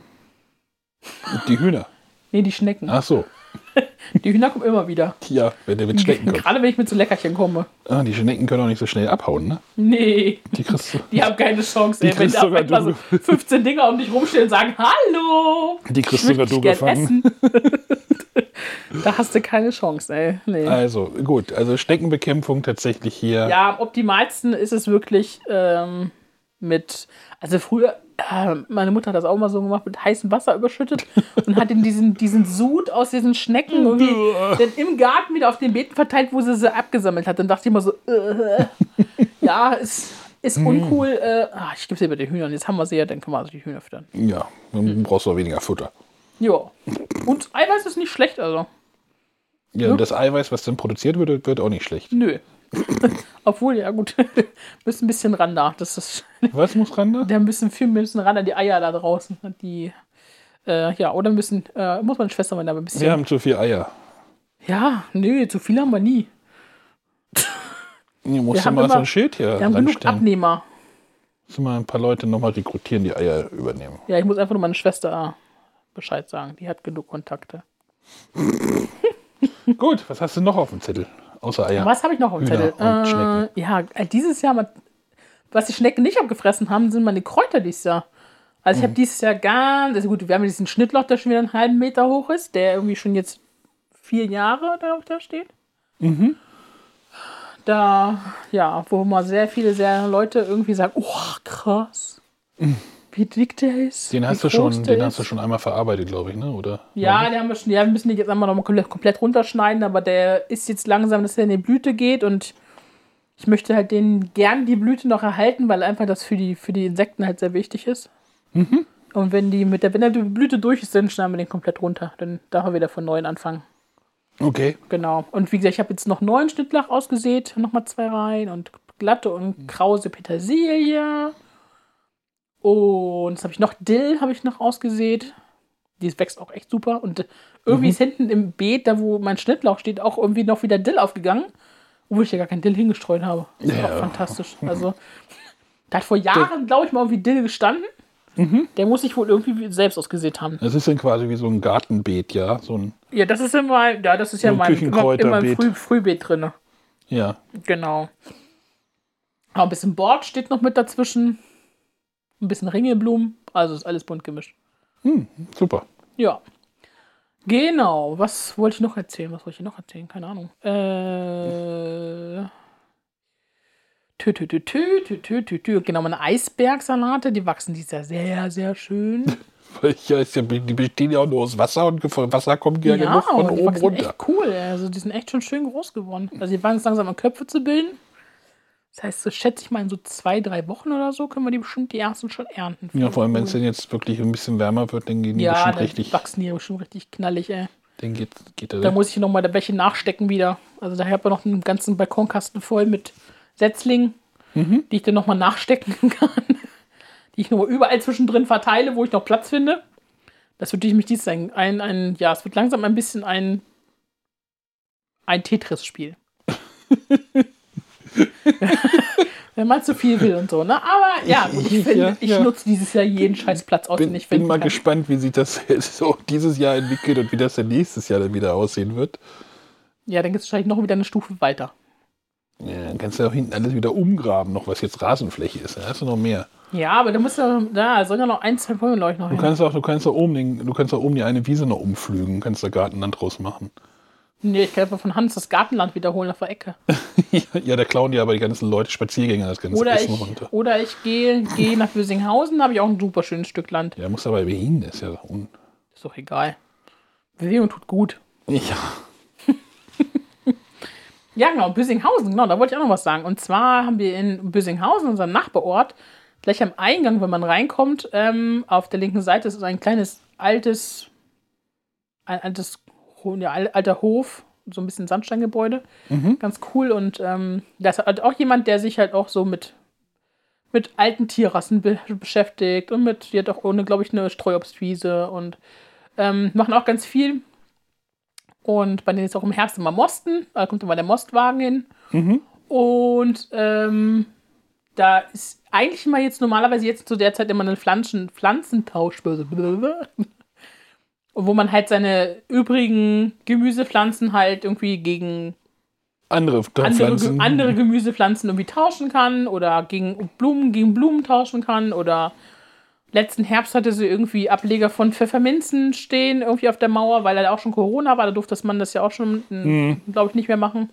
Speaker 1: Die Hühner.
Speaker 2: Nee, die Schnecken.
Speaker 1: Ach so.
Speaker 2: Die Hühner kommen immer wieder.
Speaker 1: Ja, wenn der mit Schnecken kommt.
Speaker 2: Gerade wenn ich mit so Leckerchen komme.
Speaker 1: Ah, die Schnecken können auch nicht so schnell abhauen, ne?
Speaker 2: Nee,
Speaker 1: Die kriegst du.
Speaker 2: die haben keine Chance. Ey.
Speaker 1: Die
Speaker 2: Wenn
Speaker 1: kriegst
Speaker 2: da auf
Speaker 1: sogar
Speaker 2: einmal so
Speaker 1: du. <laughs>
Speaker 2: 15 Dinger um dich rumstehen und sagen, hallo.
Speaker 1: Die kriegst
Speaker 2: ich würd
Speaker 1: sogar
Speaker 2: dich
Speaker 1: du
Speaker 2: gern
Speaker 1: gefangen. <laughs>
Speaker 2: essen. da hast du keine Chance, ey. Nee.
Speaker 1: Also, gut. Also Schneckenbekämpfung tatsächlich hier.
Speaker 2: Ja, am optimalsten ist es wirklich ähm, mit, also früher, äh, meine Mutter hat das auch mal so gemacht, mit heißem Wasser überschüttet und hat in diesen, diesen Sud aus diesen Schnecken irgendwie dann im Garten wieder auf den Beeten verteilt, wo sie sie abgesammelt hat. Dann dachte ich immer so, äh, ja, ist, ist uncool. Äh, ah, ich gebe sie über den Hühnern, jetzt haben wir sie ja, dann können wir also die Hühner füttern.
Speaker 1: Ja, dann
Speaker 2: Mhm.
Speaker 1: brauchst du auch weniger Futter.
Speaker 2: Ja. Und Eiweiß ist nicht schlecht, also.
Speaker 1: Ja, und das Eiweiß, was dann produziert wird, wird auch nicht schlecht.
Speaker 2: Nö. <laughs> Obwohl, ja gut, <laughs> bist ein bisschen ran da. Das ist
Speaker 1: Was muss ran da?
Speaker 2: Da müssen viel müssen ran an die Eier da draußen. Die, äh, ja, oder müssen, äh, muss man Schwester mal da ein bisschen.
Speaker 1: Wir
Speaker 2: Ja.
Speaker 1: haben zu viel Eier.
Speaker 2: nee, zu viel haben wir nie.
Speaker 1: Hier
Speaker 2: Wir
Speaker 1: musst du
Speaker 2: haben
Speaker 1: mal so
Speaker 2: immer-
Speaker 1: ein Schild hier
Speaker 2: Wir haben genug
Speaker 1: ranstellen.
Speaker 2: Abnehmer.
Speaker 1: Musst du mal ein paar Leute nochmal rekrutieren, die Eier übernehmen.
Speaker 2: Ja, ich muss einfach nur meine Schwester äh, Bescheid sagen. Die hat genug Kontakte. Mhm.
Speaker 1: Gut, was hast du noch auf dem Zettel? Außer Eier.
Speaker 2: Was habe ich noch auf dem
Speaker 1: Hühner
Speaker 2: Zettel?
Speaker 1: und
Speaker 2: Äh, ja, äh, dieses Jahr, mal- was die Schnecken nicht abgefressen haben, sind meine Kräuter dieses Jahr. Also
Speaker 1: Mhm.
Speaker 2: ich habe dieses Jahr ganz, also gut, wir haben ja diesen Schnittloch, der schon wieder einen halben Meter hoch ist, der irgendwie schon jetzt vier Jahre darauf da steht.
Speaker 1: Mhm.
Speaker 2: Da, ja, wo mal sehr viele sehr Leute irgendwie sagen, oh krass, wie dick der ist.
Speaker 1: Mhm. Den
Speaker 2: wie
Speaker 1: hast du
Speaker 2: groß
Speaker 1: schon,
Speaker 2: der
Speaker 1: den hast
Speaker 2: ist."
Speaker 1: du schon einmal verarbeitet, glaube ich, ne? Oder?
Speaker 2: Ja, die haben wir schon, ja, wir müssen die jetzt einmal nochmal komplett, komplett runterschneiden, aber der ist jetzt langsam, dass er in die Blüte geht und ich möchte halt den gern die Blüte noch erhalten, weil einfach das für die, für die Insekten halt sehr wichtig ist. Und wenn die mit der, wenn der Blüte durch ist, dann schneiden wir den komplett runter. Dann darf er wieder von neuem anfangen.
Speaker 1: Okay.
Speaker 2: Genau. Und wie gesagt, ich habe jetzt noch neun Schnittlauch ausgesät, nochmal zwei rein und glatte und krause Petersilie. Und jetzt habe ich noch Dill, habe ich noch ausgesät. Die wächst auch echt super. Und irgendwie ist hinten im Beet, da wo mein Schnittlauch steht, auch irgendwie noch wieder Dill aufgegangen. Obwohl ich ja gar keinen Dill hingestreut habe. Das ist
Speaker 1: Ja.
Speaker 2: auch fantastisch. Also, da hat vor Jahren, glaube ich, mal irgendwie Dill gestanden. Der muss ich wohl irgendwie selbst ausgesät haben.
Speaker 1: Das ist dann quasi wie so ein Gartenbeet, ja? So ein,
Speaker 2: Ja, das ist immer, ja, das ist ja
Speaker 1: Ein
Speaker 2: mein, immer, immer im
Speaker 1: Küchenkräuterbeet.
Speaker 2: Früh, Frühbeet drinne.
Speaker 1: ja.
Speaker 2: Genau. Aber ein bisschen Bord steht noch mit dazwischen. Ein bisschen Ringelblumen. Also ist alles bunt gemischt.
Speaker 1: Super. <laughs>
Speaker 2: Ja. Genau. Was wollte ich noch erzählen? Was wollte ich noch erzählen? Keine Ahnung. Äh. Tü, tü, tü, tü, tü, tü, tü, tü. Genau, meine Eisbergsalate, die wachsen dieses Jahr sehr, sehr schön.
Speaker 1: Weil ich ja, ist ja, die bestehen ja auch nur aus Wasser und von Wasser kommt ja, genug von
Speaker 2: die
Speaker 1: oben
Speaker 2: wachsen
Speaker 1: runter.
Speaker 2: echt cool. Also die sind echt schon schön groß geworden. Also die waren jetzt langsam an Köpfe zu bilden. Das heißt, so schätze ich mal, in so zwei, drei Wochen oder so können wir die bestimmt die ersten schon ernten.
Speaker 1: Ja, vor allem, wenn es denn jetzt wirklich ein bisschen wärmer wird, dann gehen die
Speaker 2: ja,
Speaker 1: bestimmt
Speaker 2: dann
Speaker 1: richtig.
Speaker 2: wachsen die ja schon richtig knallig, ey.
Speaker 1: Dann geht, geht
Speaker 2: Da
Speaker 1: der
Speaker 2: muss ich noch mal welche nachstecken wieder. Also da habe ich noch einen ganzen Balkonkasten voll mit Setzlingen,
Speaker 1: Mhm.
Speaker 2: die ich dann noch mal nachstecken <laughs> kann. Die ich nochmal überall zwischendrin verteile, wo ich noch Platz finde. Das wird nämlich dies sein. Ein, ein, ja, es wird langsam ein bisschen ein,
Speaker 1: <laughs>
Speaker 2: ein Tetris-Spiel. Wenn man zu viel will und so, ne? Aber ja, gut, ich, finde,
Speaker 1: Ja,
Speaker 2: ich
Speaker 1: ja.
Speaker 2: nutze dieses Jahr jeden scheiß Platz aus,
Speaker 1: bin,
Speaker 2: den ich
Speaker 1: bin
Speaker 2: finden
Speaker 1: mal
Speaker 2: kann.
Speaker 1: gespannt, wie sich das <laughs> jetzt so dieses Jahr entwickelt und wie das dann nächstes Jahr dann wieder aussehen wird.
Speaker 2: Ja, dann geht es wahrscheinlich noch wieder eine Stufe weiter.
Speaker 1: Ja, dann kannst du auch hinten alles wieder umgraben, noch was jetzt Rasenfläche ist. Da hast du noch mehr.
Speaker 2: Ja, aber da muss ja, da sollen ja noch ein, zwei Bäume, glaube ich, noch
Speaker 1: Du
Speaker 2: hin.
Speaker 1: kannst auch, du kannst da oben, den, du kannst da oben die eine Wiese noch umflügen, kannst da Gartenland draus machen.
Speaker 2: Nee, ich kann einfach von Hans das Gartenland wiederholen auf der Ecke.
Speaker 1: <laughs> ja, da klauen dir aber die ganzen Leute Spaziergänger das ganze
Speaker 2: Oder ich,
Speaker 1: Essen runter.
Speaker 2: oder ich gehe, gehe nach Wüsinghausen, da habe ich auch ein super schönes Stück Land.
Speaker 1: Ja, muss aber hin, ist ja un
Speaker 2: Ist doch egal. Bewegung tut gut.
Speaker 1: Ja.
Speaker 2: Ja, genau, Büsinghausen, genau, da wollte ich auch noch was sagen. Und zwar haben wir in Büsinghausen, unserem Nachbarort, gleich am Eingang, wenn man reinkommt, ähm, auf der linken Seite ist so ein kleines altes, ein altes, Ho- ja, al- alter Hof, so ein bisschen Sandsteingebäude. Ganz cool. Und ähm, da ist halt auch jemand, der sich halt auch so mit, mit alten Tierrassen be beschäftigt und mit, die hat auch ohne, glaube ich, eine Streuobstwiese und ähm, machen auch ganz viel. Und bei denen ist auch im Herbst immer Mosten. Da kommt immer der Mostwagen hin. Und ähm, da ist eigentlich immer jetzt normalerweise jetzt zu der Zeit immer eine Pflanzen, Pflanzentauschbörse. Und <laughs> wo man halt seine übrigen Gemüsepflanzen halt irgendwie gegen
Speaker 1: Andere
Speaker 2: andere, Ge-
Speaker 1: <laughs> Pflanzen.
Speaker 2: andere Gemüsepflanzen irgendwie tauschen kann oder gegen Blumen gegen Blumen tauschen kann oder letzten Herbst hatte sie irgendwie Ableger von Pfefferminzen stehen irgendwie auf der Mauer, weil da auch schon Corona war, da durfte man das ja auch schon, glaube ich, nicht mehr machen.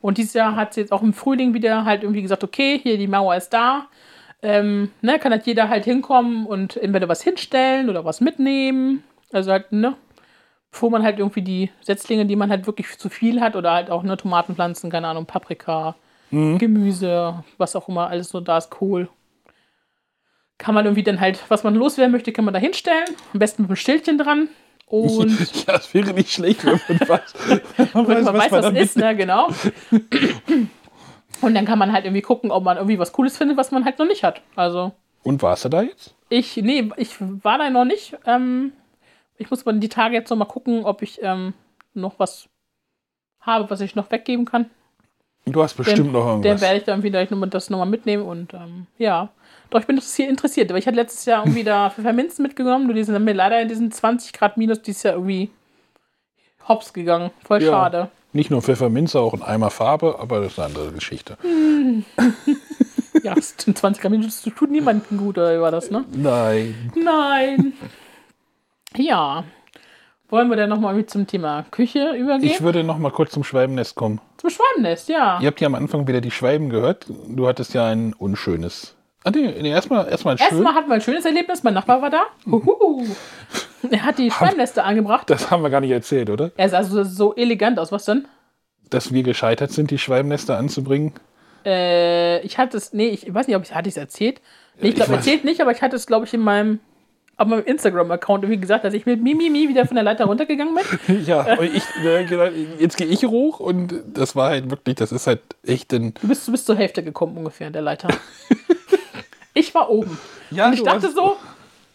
Speaker 2: Und dieses Jahr hat sie jetzt auch im Frühling wieder halt irgendwie gesagt, okay, hier die Mauer ist da. Ähm, ne, kann halt jeder halt hinkommen und entweder was hinstellen oder was mitnehmen. Also halt, ne, bevor man halt irgendwie die Setzlinge, die man halt wirklich zu viel hat oder halt auch ne, Tomatenpflanzen, keine Ahnung, Paprika, Mhm. Gemüse, was auch immer, alles so da ist, Kohl. Kann man irgendwie dann halt, was man loswerden möchte, kann man da hinstellen. Am besten mit einem Schildchen dran. <laughs> Und
Speaker 1: ja, es wäre nicht schlecht, wenn
Speaker 2: <laughs>
Speaker 1: man weiß, <laughs> man
Speaker 2: wenn man weiß, was,
Speaker 1: damit-
Speaker 2: ist, ne, <laughs> genau. Und dann kann man halt irgendwie gucken, ob man irgendwie was Cooles findet, was man halt noch nicht hat. Also
Speaker 1: Und warst du da jetzt?
Speaker 2: ich, nee, ich war da noch nicht. Ähm, ich muss mal die Tage jetzt noch mal gucken, ob ich ähm, noch was habe, was ich noch weggeben kann.
Speaker 1: Du hast bestimmt noch
Speaker 2: Dann
Speaker 1: irgendwas.
Speaker 2: werde ich dann vielleicht noch mal- das nochmal mitnehmen und ähm, ja. Doch, ich bin das hier interessiert, weil ich hatte letztes Jahr irgendwie
Speaker 1: <laughs>
Speaker 2: da Pfefferminzen mitgenommen, nur die sind mir leider in diesen 20 Grad minus dieses Jahr irgendwie hops gegangen. Voll
Speaker 1: Ja.
Speaker 2: schade.
Speaker 1: Nicht nur Pfefferminze, auch ein Eimer Farbe, aber das ist eine andere Geschichte.
Speaker 2: Hm. Ja, das sind 20 Gramm Minus, das tut niemandem gut, oder wie war das, ne?
Speaker 1: Nein. <laughs>
Speaker 2: Nein. Ja. Wollen wir dann nochmal zum Thema Küche
Speaker 1: Ich
Speaker 2: übergehen?
Speaker 1: würde noch mal kurz zum Schwalbennest kommen.
Speaker 2: zum Schwalbennest, ja.
Speaker 1: Ihr habt ja am Anfang wieder die Schwalben gehört. Du hattest ja ein unschönes. Ah, nee, nee erstmal erstmal ein schön.
Speaker 2: Erstmal hatten wir ein schönes Erlebnis, mein Nachbar war da. Huhu. Er hat die Schwalbenneste angebracht.
Speaker 1: Das haben wir gar nicht erzählt, oder?
Speaker 2: Er sah so, so elegant aus, was denn?
Speaker 1: Dass wir gescheitert sind, die Schwalbennester anzubringen.
Speaker 2: Äh, ich hatte es, nee, ich weiß nicht, ob ich hatte ich es erzählt. Nee, ich
Speaker 1: ich
Speaker 2: glaube,
Speaker 1: weiß-
Speaker 2: erzählt nicht, aber ich hatte es, glaube ich, in meinem, auf meinem Instagram-Account irgendwie gesagt, dass ich mit Mimimi wieder von der Leiter runtergegangen bin.
Speaker 1: <laughs> Ja, und ich, ja, genau, jetzt gehe ich hoch und das war halt wirklich, das ist halt echt ein.
Speaker 2: Du bist, du bist zur Hälfte gekommen ungefähr in der <laughs> Leiter. ich war oben.
Speaker 1: Ja,
Speaker 2: Und ich
Speaker 1: du
Speaker 2: dachte
Speaker 1: hast-
Speaker 2: so,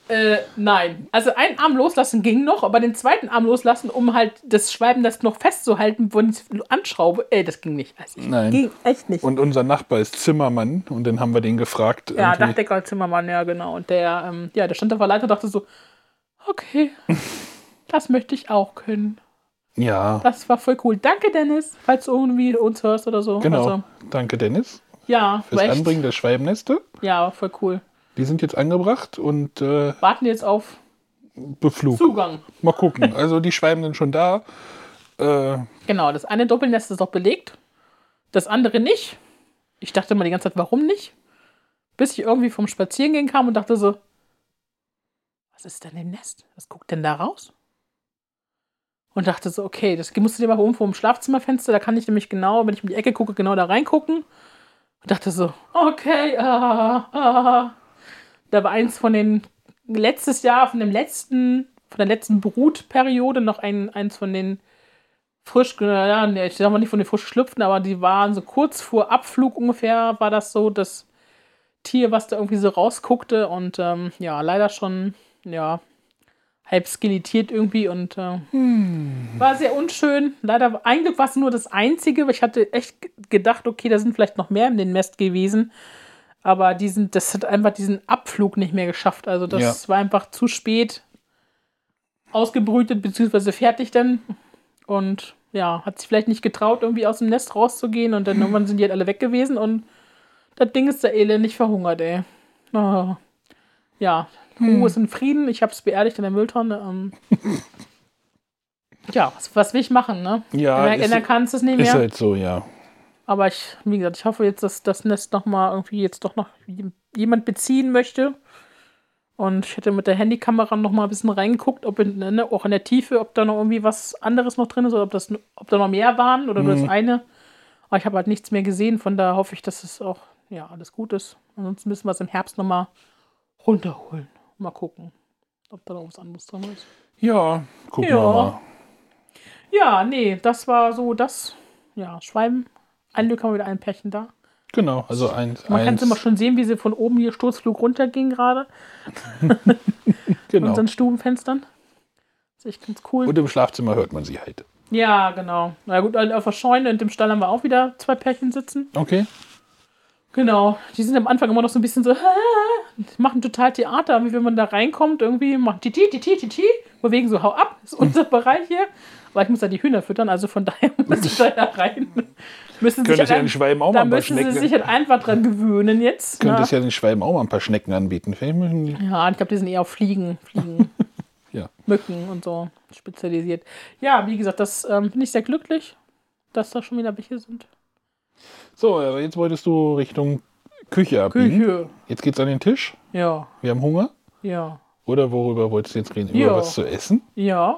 Speaker 2: äh, nein. Also einen Arm loslassen ging noch, aber den zweiten Arm loslassen, um halt das Schwalben das noch festzuhalten, wenn ich es anschraube, ey, das ging nicht. Also, ich
Speaker 1: Nein.
Speaker 2: Ging echt nicht.
Speaker 1: Und unser Nachbar ist Zimmermann und dann haben wir den gefragt.
Speaker 2: ja,
Speaker 1: irgendwie-
Speaker 2: Dachdecker Zimmermann, ja, genau. Und der, ähm, ja, der stand auf der Leiter und dachte so,
Speaker 1: <laughs>
Speaker 2: okay, das möchte ich auch können.
Speaker 1: ja
Speaker 2: Das war voll cool. Danke, Dennis, falls du irgendwie uns hörst oder so.
Speaker 1: genau.
Speaker 2: Also,
Speaker 1: Danke, Dennis,
Speaker 2: ja,
Speaker 1: fürs
Speaker 2: war echt,
Speaker 1: Anbringen der Schwalbennester.
Speaker 2: ja, war voll cool.
Speaker 1: Die sind jetzt angebracht und äh,
Speaker 2: Warten jetzt auf
Speaker 1: Beflug.
Speaker 2: Zugang.
Speaker 1: Mal gucken. Also die Schwalben sind schon da. Äh,
Speaker 2: Genau, das eine Doppelnest ist auch belegt, das andere nicht. Ich dachte mal die ganze Zeit, warum nicht? Bis ich irgendwie vom Spazierengehen kam und dachte so, was ist denn im Nest? Was guckt denn da raus? Und dachte so, okay, das musst du dir mal oben vor dem Schlafzimmerfenster, da kann ich nämlich genau, wenn ich um die Ecke gucke, genau da reingucken. Und dachte so, okay, ah, ah. Da war eins von den letztes Jahr, von dem letzten, von der letzten Brutperiode noch ein, eins von den frisch, äh, ja, nee, ich sag mal nicht von den frisch geschlüpften, aber die waren so kurz vor Abflug ungefähr, war das so das Tier, was da irgendwie so rausguckte und ähm, ja, leider schon, ja, halb skelettiert irgendwie und äh, war sehr unschön. Leider, ein Glück war es nur das einzige, weil ich hatte echt g- gedacht, okay, da sind vielleicht noch mehr in den Nest gewesen. Aber diesen, das hat einfach diesen Abflug nicht mehr geschafft. Also das
Speaker 1: Ja.
Speaker 2: war einfach zu spät ausgebrütet, beziehungsweise fertig dann. Und ja, hat sich vielleicht nicht getraut, irgendwie aus dem Nest rauszugehen. Und dann irgendwann sind die halt alle weg gewesen. Und das Ding ist da elendig verhungert, ey. Oh. Ja,
Speaker 1: Hm.
Speaker 2: Ruhe ist in Frieden. Ich hab's beerdigt in der Mülltonne.
Speaker 1: <laughs>
Speaker 2: Ähm. ja, was, was will ich machen, ne?
Speaker 1: Ja,
Speaker 2: Ändern-
Speaker 1: ist-
Speaker 2: Ändern kannst du es nicht
Speaker 1: ist
Speaker 2: mehr.
Speaker 1: halt so, ja.
Speaker 2: Aber ich, wie gesagt, ich hoffe jetzt, dass das Nest nochmal irgendwie jetzt doch noch jem- jemand beziehen möchte. Und ich hätte mit der Handykamera nochmal ein bisschen reingeguckt, ob in, ne, auch in der Tiefe, ob da noch irgendwie was anderes noch drin ist oder ob, das, ob da noch mehr waren oder nur das eine. Aber ich habe halt nichts mehr gesehen, von daher hoffe ich, dass es auch ja, alles gut ist. Ansonsten müssen wir es im Herbst nochmal runterholen. Mal gucken, ob da noch was anderes drin ist.
Speaker 1: Ja, gucken
Speaker 2: Ja.
Speaker 1: wir mal.
Speaker 2: Ja, nee, das war so das. Ja, Schwalben. Ein Glück haben wir wieder ein Pärchen da.
Speaker 1: Genau, also eins.
Speaker 2: Man kann
Speaker 1: eins
Speaker 2: es immer schon sehen, wie sie von oben hier Sturzflug runterging gerade von
Speaker 1: genau.
Speaker 2: unseren Stubenfenstern. Das ist echt ganz cool.
Speaker 1: Und im Schlafzimmer hört man sie halt.
Speaker 2: also ja, genau. Na gut, auf der Scheune und im Stall haben wir auch wieder zwei Pärchen sitzen.
Speaker 1: Okay.
Speaker 2: Genau. Die sind am Anfang immer noch so ein bisschen so, <laughs> und machen total Theater, wie wenn man da reinkommt, irgendwie machen titi, titi, titi, bewegen so, hau ab,
Speaker 1: <laughs>
Speaker 2: ist unser Bereich hier. Aber ich muss da die Hühner füttern, also von daher <laughs> muss ich da ja rein. Müssen
Speaker 1: Könntest ja
Speaker 2: halt
Speaker 1: den
Speaker 2: ein-
Speaker 1: Schwalben auch mal
Speaker 2: da
Speaker 1: ein paar
Speaker 2: müssen sie
Speaker 1: Schnecken.
Speaker 2: sich halt einfach dran gewöhnen jetzt. ne?
Speaker 1: Könntest ja den Schwalben auch mal ein paar Schnecken anbieten. Vielleicht müssen-
Speaker 2: Ja, ich glaube, die sind eher auf Fliegen, Fliegen,
Speaker 1: <laughs> Ja.
Speaker 2: Mücken und so spezialisiert. Ja, wie gesagt, das ähm, bin ich sehr glücklich, dass da schon wieder welche sind.
Speaker 1: So, aber jetzt wolltest du Richtung Küche abbiegen.
Speaker 2: Küche.
Speaker 1: Jetzt geht's an den Tisch.
Speaker 2: Ja,
Speaker 1: Wir haben Hunger.
Speaker 2: ja,
Speaker 1: Oder worüber wolltest du jetzt reden? Über
Speaker 2: Ja.
Speaker 1: was zu essen?
Speaker 2: ja.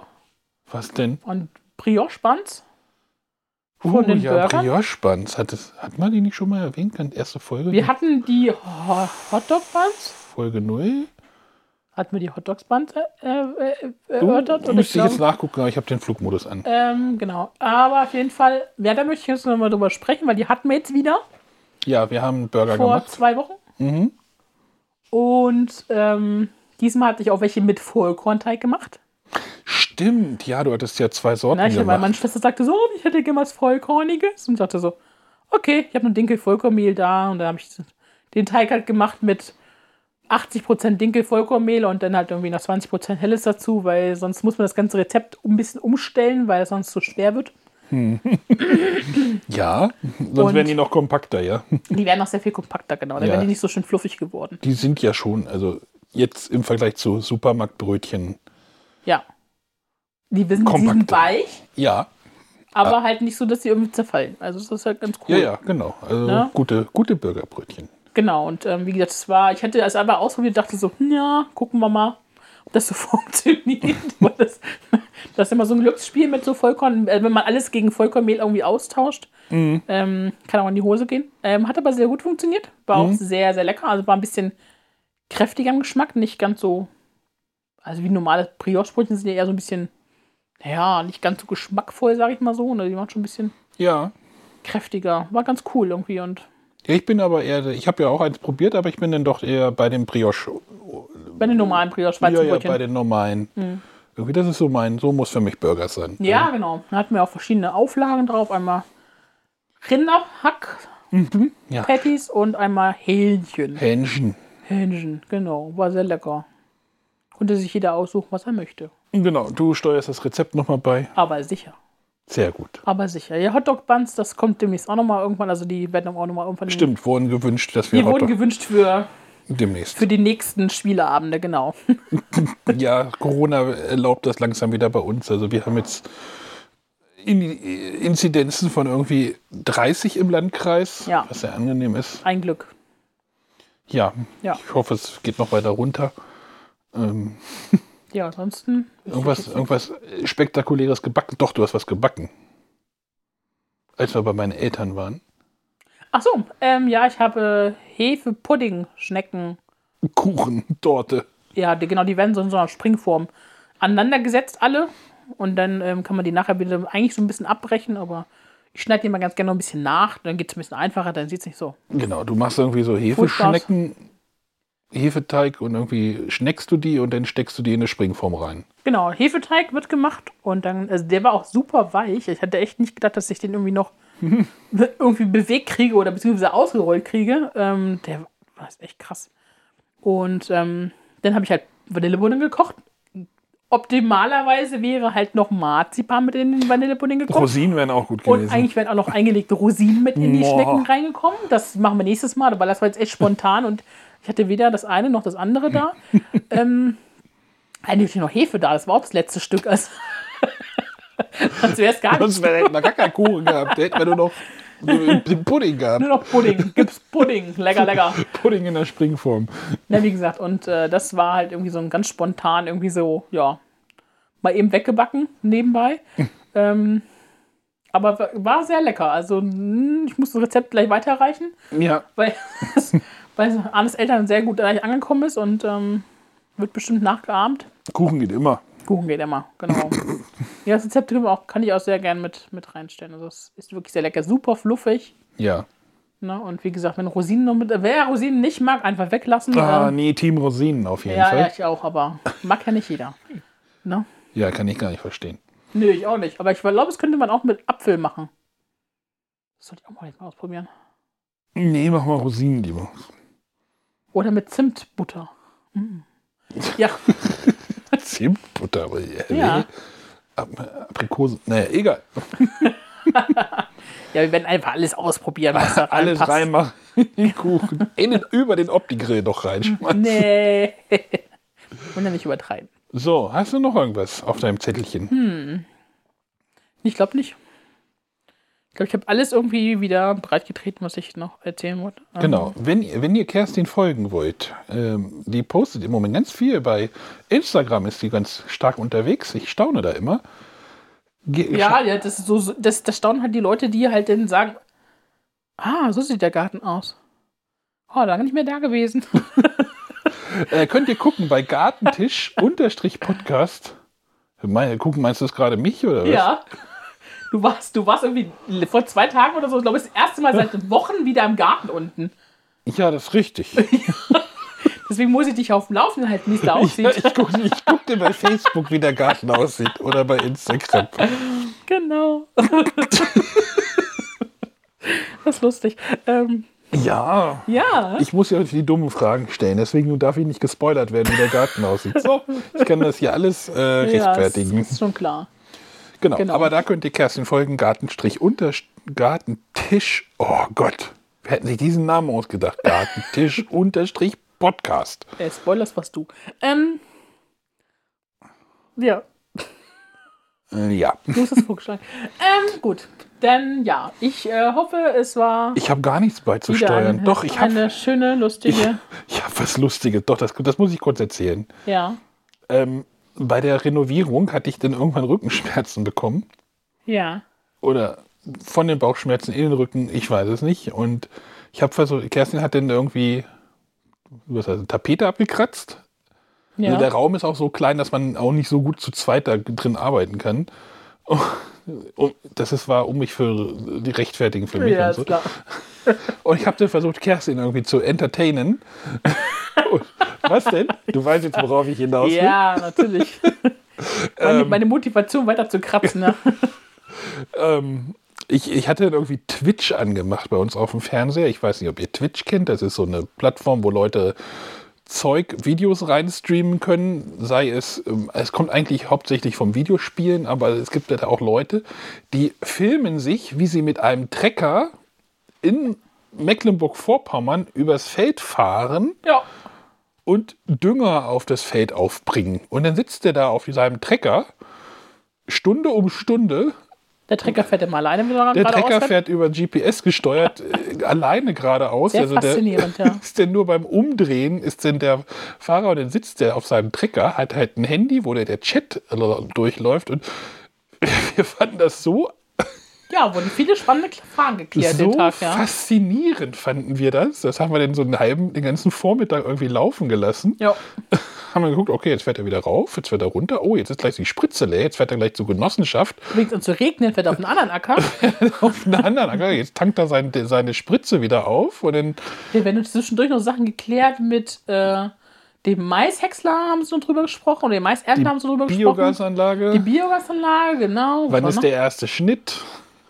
Speaker 1: Was denn?
Speaker 2: Und Brioche-Buns? Von den
Speaker 1: ja,
Speaker 2: Burgern?
Speaker 1: Brioche-Buns. Hat, es- hat man die nicht schon mal erwähnt? Ganz erste Folge?
Speaker 2: Wir hatten die Ho- Hotdog-Buns.
Speaker 1: Folge 0?
Speaker 2: Hatten wir die Hotdogs-Buns äh, äh, äh, erörtert?
Speaker 1: Du,
Speaker 2: Und ich
Speaker 1: müsste ich jetzt
Speaker 2: glaub,
Speaker 1: nachgucken, aber ich habe den Flugmodus an.
Speaker 2: ähm, genau. Aber auf jeden Fall, ja, da möchte ich jetzt nochmal drüber sprechen, weil die hatten wir jetzt wieder
Speaker 1: Ja, wir haben einen Burger
Speaker 2: vor
Speaker 1: gemacht.
Speaker 2: zwei Wochen.
Speaker 1: Mhm.
Speaker 2: Und ähm, diesmal hatte ich auch welche mit Vollkornteig gemacht.
Speaker 1: Stimmt, ja, du hattest ja zwei Sorten
Speaker 2: Na, ich, weil
Speaker 1: gemacht.
Speaker 2: meine Schwester sagte so, "Oh, ich hätte gerne was Vollkorniges. Und sagte so, okay, ich habe nur Dinkel-Vollkornmehl da. Und dann habe ich den Teig halt gemacht mit 80% Dinkel-Vollkornmehl und dann halt irgendwie noch 20% Helles dazu, weil sonst muss man das ganze Rezept ein bisschen umstellen, weil es sonst zu schwer wird.
Speaker 1: ja, sonst
Speaker 2: Und-
Speaker 1: wären die noch kompakter, ja.
Speaker 2: Die wären noch sehr viel kompakter, genau. Dann
Speaker 1: Ja.
Speaker 2: wären die nicht so schön fluffig geworden.
Speaker 1: Die sind ja schon, also jetzt im Vergleich zu Supermarktbrötchen.
Speaker 2: Ja. Die wissen, die sind
Speaker 1: Kompakter.
Speaker 2: weich,
Speaker 1: Ja,
Speaker 2: aber halt nicht so, dass die irgendwie zerfallen. Also das ist halt ganz cool.
Speaker 1: Ah. ja, ja, genau. Also
Speaker 2: Ja.
Speaker 1: gute, gute Burgerbrötchen.
Speaker 2: Genau, und ähm, wie gesagt, es war, ich hatte es einfach ausprobiert, dachte so, hm, ja, gucken wir mal, ob das so <laughs> funktioniert. Weil das, das ist immer so ein Glücksspiel mit so Vollkorn, äh, wenn man alles gegen Vollkornmehl irgendwie austauscht,
Speaker 1: Mhm.
Speaker 2: ähm, kann auch in die Hose gehen. Ähm, hat aber sehr gut funktioniert, war
Speaker 1: Mhm.
Speaker 2: auch sehr, sehr lecker, also war ein bisschen kräftiger im Geschmack, nicht ganz so, also wie normale Brioche-Brötchen sind ja eher so ein bisschen, ja, nicht ganz so geschmackvoll, sage ich mal so, ne? die waren schon ein bisschen
Speaker 1: Ja.
Speaker 2: kräftiger, war ganz cool irgendwie und
Speaker 1: Ich bin aber eher, ich habe ja auch eins probiert, aber ich bin dann doch eher bei dem Brioche
Speaker 2: bei den normalen
Speaker 1: Ja, ja,
Speaker 2: Brioche-Weizenbrötchen.
Speaker 1: bei den normalen. Irgendwie, das ist so mein, so muss für mich Burger sein.
Speaker 2: Hm. Ja, genau. Da hatten wir auch verschiedene Auflagen drauf. Einmal Rinderhack,
Speaker 1: Mhm. Ja.
Speaker 2: Patties und einmal Hähnchen.
Speaker 1: Hähnchen.
Speaker 2: Hähnchen, genau. War sehr lecker. Konnte sich jeder aussuchen, was er möchte.
Speaker 1: Genau, du steuerst das Rezept nochmal bei.
Speaker 2: Aber sicher.
Speaker 1: Sehr gut.
Speaker 2: Aber sicher. Ja, Hotdog-Buns, das kommt demnächst auch nochmal irgendwann. Also die werden auch nochmal irgendwann.
Speaker 1: Stimmt, wurden gewünscht, dass
Speaker 2: Die
Speaker 1: wir
Speaker 2: wurden
Speaker 1: Hotdog
Speaker 2: gewünscht für,
Speaker 1: demnächst.
Speaker 2: für die nächsten Spieleabende, genau. <laughs>
Speaker 1: Ja, Corona erlaubt das langsam wieder bei uns. Also wir haben jetzt in äh, Inzidenzen von irgendwie 30 im Landkreis,
Speaker 2: Ja.
Speaker 1: was sehr angenehm ist.
Speaker 2: Ein Glück.
Speaker 1: Ja,
Speaker 2: Ja.
Speaker 1: ich hoffe, es geht noch weiter runter. Ähm,
Speaker 2: Ja, ansonsten.
Speaker 1: Irgendwas, irgendwas Spektakuläres gebacken. Doch, du hast was gebacken. Als wir bei meinen Eltern waren.
Speaker 2: Ach so, ähm, ja, ich habe äh, Hefe-Pudding, Schnecken.
Speaker 1: Kuchen, Torte.
Speaker 2: Ja, die, genau, die werden so in so einer Springform aneinandergesetzt, alle. Und dann ähm, kann man die nachher wieder eigentlich so ein bisschen abbrechen, aber ich schneide die mal ganz gerne noch ein bisschen nach. Dann geht es ein bisschen einfacher, dann sieht es nicht so.
Speaker 1: Genau, du machst irgendwie so Hefeschnecken, Hefeteig und irgendwie schneckst du die und dann steckst du die in eine Springform rein.
Speaker 2: Genau, Hefeteig wird gemacht und dann, also der war auch super weich. Ich hatte echt nicht gedacht, dass ich den irgendwie noch irgendwie bewegt kriege oder beziehungsweise ausgerollt kriege. Ähm, der war ist echt krass. Und ähm, dann habe ich halt Vanillepudding gekocht. Optimalerweise wäre halt noch Marzipan mit in den Vanillepudding gekocht.
Speaker 1: Rosinen wären auch gut
Speaker 2: Und eigentlich wären auch noch eingelegte Rosinen mit in die
Speaker 1: Boah.
Speaker 2: Schnecken reingekommen. Das machen wir nächstes Mal, weil das war jetzt echt spontan und ich hatte weder das eine noch das andere da. ähm, eigentlich hatte ich noch Hefe da, das war auch das letzte Stück. Also <laughs> Sonst wäre es gar
Speaker 1: <laughs>
Speaker 2: nicht.
Speaker 1: Sonst wär- hätten wir gar keinen Kuchen gehabt. Hätten wir nur noch so den Pudding gehabt.
Speaker 2: <laughs> Nur noch Pudding. Gibt's Pudding. Lecker, lecker.
Speaker 1: Pudding in der Springform.
Speaker 2: Na, wie gesagt, und äh, das war halt irgendwie so ein ganz spontan, irgendwie so, ja, mal eben weggebacken nebenbei. ähm, aber wa- war sehr lecker. Also, mh, ich muss das Rezept gleich weiterreichen.
Speaker 1: Ja,
Speaker 2: weil, <laughs> weil Arnes Eltern sehr gut gleich angekommen ist und ähm, wird bestimmt nachgeahmt.
Speaker 1: Kuchen geht immer.
Speaker 2: Kuchen geht immer,
Speaker 1: <laughs>
Speaker 2: genau. ja, das Rezept können wir auch, kann ich auch sehr gern mit, mit reinstellen. Also es ist wirklich sehr lecker, super fluffig.
Speaker 1: Ja.
Speaker 2: Ne? Und wie gesagt, wenn Rosinen noch mit. Wer Rosinen nicht mag, einfach weglassen.
Speaker 1: Ah,
Speaker 2: ähm,
Speaker 1: nee, Team Rosinen auf jeden
Speaker 2: ja, ja,
Speaker 1: Fall.
Speaker 2: ich auch, aber mag ja nicht jeder. Ne?
Speaker 1: Ja, kann ich gar nicht verstehen.
Speaker 2: Nö, ich auch nicht. Aber ich glaube, das könnte man auch mit Apfel machen. Das sollte ich auch mal jetzt mal ausprobieren.
Speaker 1: Nee, mach mal Rosinen lieber.
Speaker 2: Oder mit Zimtbutter. Mm.
Speaker 1: <laughs>
Speaker 2: Ja,
Speaker 1: Zimtbutter, aber äh,
Speaker 2: ja.
Speaker 1: Aprikose. Naja, egal.
Speaker 2: ja, wir werden einfach alles ausprobieren,
Speaker 1: <laughs>
Speaker 2: was da
Speaker 1: Alles
Speaker 2: reinpasst. <laughs>
Speaker 1: reinmachen in den Kuchen. In den, über den Opti-Grill noch
Speaker 2: <laughs>
Speaker 1: reinschmeißen.
Speaker 2: Nee. Und dann nicht übertreiben.
Speaker 1: So, hast du noch irgendwas auf deinem Zettelchen?
Speaker 2: Hm. Ich glaube nicht. Ich glaube, ich habe alles irgendwie wieder breitgetreten, was ich noch erzählen wollte. Ähm,
Speaker 1: Genau. Wenn, ihr- wenn ihr Kerstin folgen wollt, ähm, die postet im Moment ganz viel bei Instagram, ist sie ganz stark unterwegs. Ich staune da immer. Ge
Speaker 2: Ja, ja, das ist so, so- das, das staunen halt die Leute, die halt dann sagen, ah, so sieht der Garten aus. Oh, lange nicht mehr da gewesen. <laughs>
Speaker 1: Äh, könnt ihr gucken bei
Speaker 2: <laughs>
Speaker 1: Gartentisch-Podcast. Meine, gucken, meinst du das gerade mich oder was?
Speaker 2: ja. Du warst, du warst irgendwie vor zwei Tagen oder so, glaube ich, das erste
Speaker 1: <laughs>
Speaker 2: Mal seit Wochen wieder im Garten unten.
Speaker 1: Ja, das ist richtig.
Speaker 2: Deswegen muss ich dich auf dem Laufenden halten, wie es da
Speaker 1: Ja,
Speaker 2: <laughs> aussieht.
Speaker 1: <laughs> ich gucke ich guck dir bei Facebook, wie der Garten aussieht oder bei Instagram. <laughs>
Speaker 2: Genau. das ist lustig. Ähm,
Speaker 1: Ja,
Speaker 2: ja.
Speaker 1: ich muss ja die dummen Fragen stellen, deswegen darf ich nicht gespoilert werden, wie der Garten aussieht. So, ich kann das hier alles äh,
Speaker 2: Ja,
Speaker 1: rechtfertigen.
Speaker 2: ist, ist schon klar.
Speaker 1: Genau.
Speaker 2: Genau.
Speaker 1: aber da könnt ihr Kerstin folgen, Gartenstrich unter Gartentisch. Oh Gott, wer hätten sich diesen Namen ausgedacht? Gartentisch <laughs> unterstrich Podcast.
Speaker 2: Äh, Spoilers warst du. Ähm, ja,
Speaker 1: Äh, ja,
Speaker 2: du hast es <laughs> vorgeschlagen. ähm, gut, dann ja, ich äh, hoffe, es war
Speaker 1: ich habe gar nichts
Speaker 2: wieder
Speaker 1: beizusteuern.
Speaker 2: eine,
Speaker 1: Doch, ich habe
Speaker 2: eine schöne, lustige.
Speaker 1: ich hab was Lustiges. Doch, das, das muss ich kurz erzählen.
Speaker 2: ja,
Speaker 1: Ähm, bei der Renovierung hatte ich dann irgendwann Rückenschmerzen bekommen.
Speaker 2: ja.
Speaker 1: Oder von den Bauchschmerzen in den Rücken, ich weiß es nicht. Und ich habe versucht, Kerstin hat dann irgendwie was heißt, Tapete abgekratzt.
Speaker 2: Ja,
Speaker 1: Also der Raum ist auch so klein, dass man auch nicht so gut zu zweit da drin arbeiten kann. <laughs> Und das ist, war, um mich für die rechtfertigen für mich.
Speaker 2: ja
Speaker 1: und, so.
Speaker 2: ist
Speaker 1: <laughs>
Speaker 2: klar.
Speaker 1: und ich habe dann versucht, Kerstin irgendwie zu entertainen. Und- Was denn? Du weißt jetzt, worauf ich hinaus will.
Speaker 2: Ja,
Speaker 1: <laughs>
Speaker 2: natürlich. meine, meine Motivation weiter zu kratzen. Ne?
Speaker 1: ähm, ich, ich hatte dann irgendwie Twitch angemacht bei uns auf dem Fernseher. Ich weiß nicht, ob ihr Twitch kennt. Das ist so eine Plattform, wo Leute Zeug, Videos reinstreamen können. Sei es, ähm, es kommt eigentlich hauptsächlich vom Videospielen, aber es gibt da auch Leute, die filmen sich, wie sie mit einem Trecker in Mecklenburg-Vorpommern übers Feld fahren
Speaker 2: Ja,
Speaker 1: und Dünger auf das Feld aufbringen. Und dann sitzt der da auf seinem Trecker Stunde um Stunde
Speaker 2: der Trecker fährt immer alleine, wenn er
Speaker 1: der
Speaker 2: geradeaus
Speaker 1: Trecker fährt über GPS
Speaker 2: <laughs>
Speaker 1: gesteuert, äh, alleine geradeaus. Also <laughs>
Speaker 2: Sehr faszinierend,
Speaker 1: der,
Speaker 2: ja.
Speaker 1: Ist denn nur beim Umdrehen, ist denn der Fahrer, und dann sitzt der auf seinem Trecker, hat halt ein Handy, wo der, der Chat äh, durchläuft. Und <laughs> wir fanden das so,
Speaker 2: Ja, wurden viele spannende Fragen geklärt
Speaker 1: so
Speaker 2: den Tag, ja.
Speaker 1: faszinierend, fanden wir das. Das haben wir dann so einen halben, den ganzen Vormittag irgendwie laufen gelassen.
Speaker 2: Ja.
Speaker 1: Haben wir geguckt, okay, jetzt fährt er wieder rauf, jetzt fährt er runter. Oh, jetzt ist gleich die Spritze leer, jetzt fährt er gleich zur Genossenschaft. <laughs>
Speaker 2: Übrigens, und zu regnen fährt auf einen anderen Acker.
Speaker 1: auf einen anderen Acker. Jetzt tankt er sein, seine Spritze wieder auf und dann
Speaker 2: Wir werden zwischendurch noch Sachen geklärt mit äh, dem Maishäcksler haben sie noch drüber gesprochen oder dem Maisernten haben sie drüber gesprochen. Die
Speaker 1: Biogasanlage.
Speaker 2: Biogasanlage, genau.
Speaker 1: Wann
Speaker 2: War
Speaker 1: ist
Speaker 2: noch-
Speaker 1: der erste Schnitt?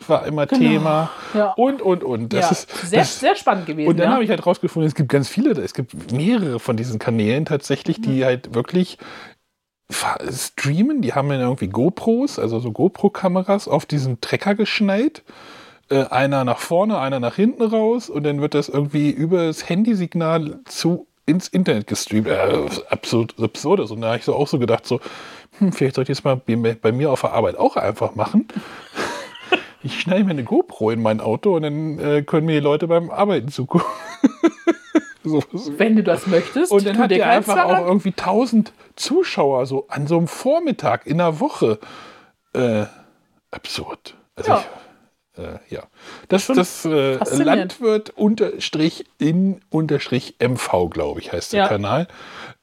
Speaker 1: War immer Thema.
Speaker 2: Ja.
Speaker 1: Und, und, und. Das
Speaker 2: ja,
Speaker 1: ist,
Speaker 2: sehr,
Speaker 1: das,
Speaker 2: sehr spannend gewesen.
Speaker 1: und dann
Speaker 2: ja.
Speaker 1: habe ich halt rausgefunden, es gibt ganz viele, es gibt mehrere von diesen Kanälen tatsächlich,
Speaker 2: Mhm.
Speaker 1: die halt wirklich fa- streamen. Die haben dann irgendwie GoPros, also so GoPro-Kameras, auf diesen Trecker geschnallt. Äh, einer nach vorne, einer nach hinten raus und dann wird das irgendwie über das Handysignal zu ins Internet gestreamt. Äh, absolut absurdes. Und da habe ich so auch so gedacht, so, hm, vielleicht sollte ich jetzt mal bei bei mir auf der Arbeit auch einfach machen. Ich schneide mir eine GoPro in mein Auto und dann äh, können mir die Leute beim Arbeiten zugucken. so, so.
Speaker 2: Wenn du das möchtest,
Speaker 1: Und dann
Speaker 2: tu
Speaker 1: hat
Speaker 2: dir
Speaker 1: er
Speaker 2: keins
Speaker 1: einfach auch
Speaker 2: daran.
Speaker 1: irgendwie 1000 Zuschauer so an so einem Vormittag in der Woche. Äh, absurd. Also
Speaker 2: Ja.
Speaker 1: ich, äh, ja. Das, das äh,
Speaker 2: faszinierend.
Speaker 1: Landwirt unterstrich in unterstrich MV, glaube ich, heißt der
Speaker 2: Ja.
Speaker 1: Kanal.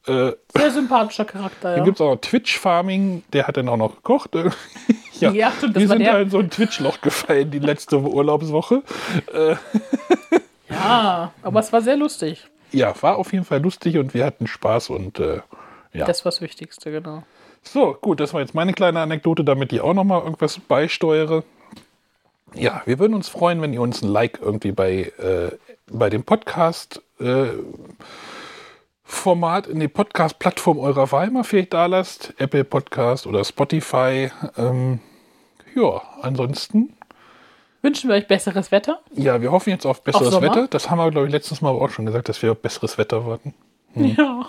Speaker 1: Äh,
Speaker 2: Sehr sympathischer Charakter,
Speaker 1: dann
Speaker 2: ja.
Speaker 1: gibt es auch noch Twitch Farming, der hat dann auch noch gekocht. <laughs> ja,
Speaker 2: Ja, stimmt, das
Speaker 1: wir
Speaker 2: war
Speaker 1: sind
Speaker 2: der.
Speaker 1: da in so ein Twitch-Loch gefallen, die letzte Urlaubswoche.
Speaker 2: ja. Aber es war sehr lustig.
Speaker 1: Ja, war auf jeden Fall lustig und wir hatten Spaß und äh, ja.
Speaker 2: Das war das Wichtigste, genau.
Speaker 1: so, gut, das war jetzt meine kleine Anekdote, damit ich auch nochmal irgendwas beisteuere. Ja, wir würden uns freuen, wenn ihr uns ein Like irgendwie bei, äh, bei dem Podcast äh, Format, äh, in die Podcast-Plattform eurer Wahl mal vielleicht da lasst. Apple Podcast oder Spotify. Ähm, ja, ansonsten,
Speaker 2: Wünschen wir euch besseres Wetter?
Speaker 1: ja, wir hoffen jetzt auf besseres
Speaker 2: Sommer?
Speaker 1: Wetter. Das haben wir, glaube ich, letztes Mal aber auch schon gesagt, dass wir auf besseres Wetter warten.
Speaker 2: Ja.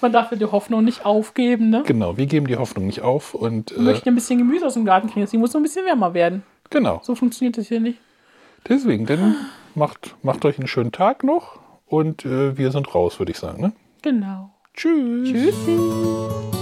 Speaker 2: Man darf ja die Hoffnung nicht aufgeben, ne?
Speaker 1: Genau, wir geben die Hoffnung nicht auf und
Speaker 2: Ich
Speaker 1: äh,
Speaker 2: möchte ein bisschen Gemüse aus dem Garten kriegen, deswegen muss es noch ein bisschen wärmer werden.
Speaker 1: genau.
Speaker 2: So funktioniert das hier nicht.
Speaker 1: Deswegen, dann macht, macht euch einen schönen Tag noch und äh, wir sind raus, würde ich sagen. Ne?
Speaker 2: Genau.
Speaker 1: Tschüss.
Speaker 2: Tschüssi.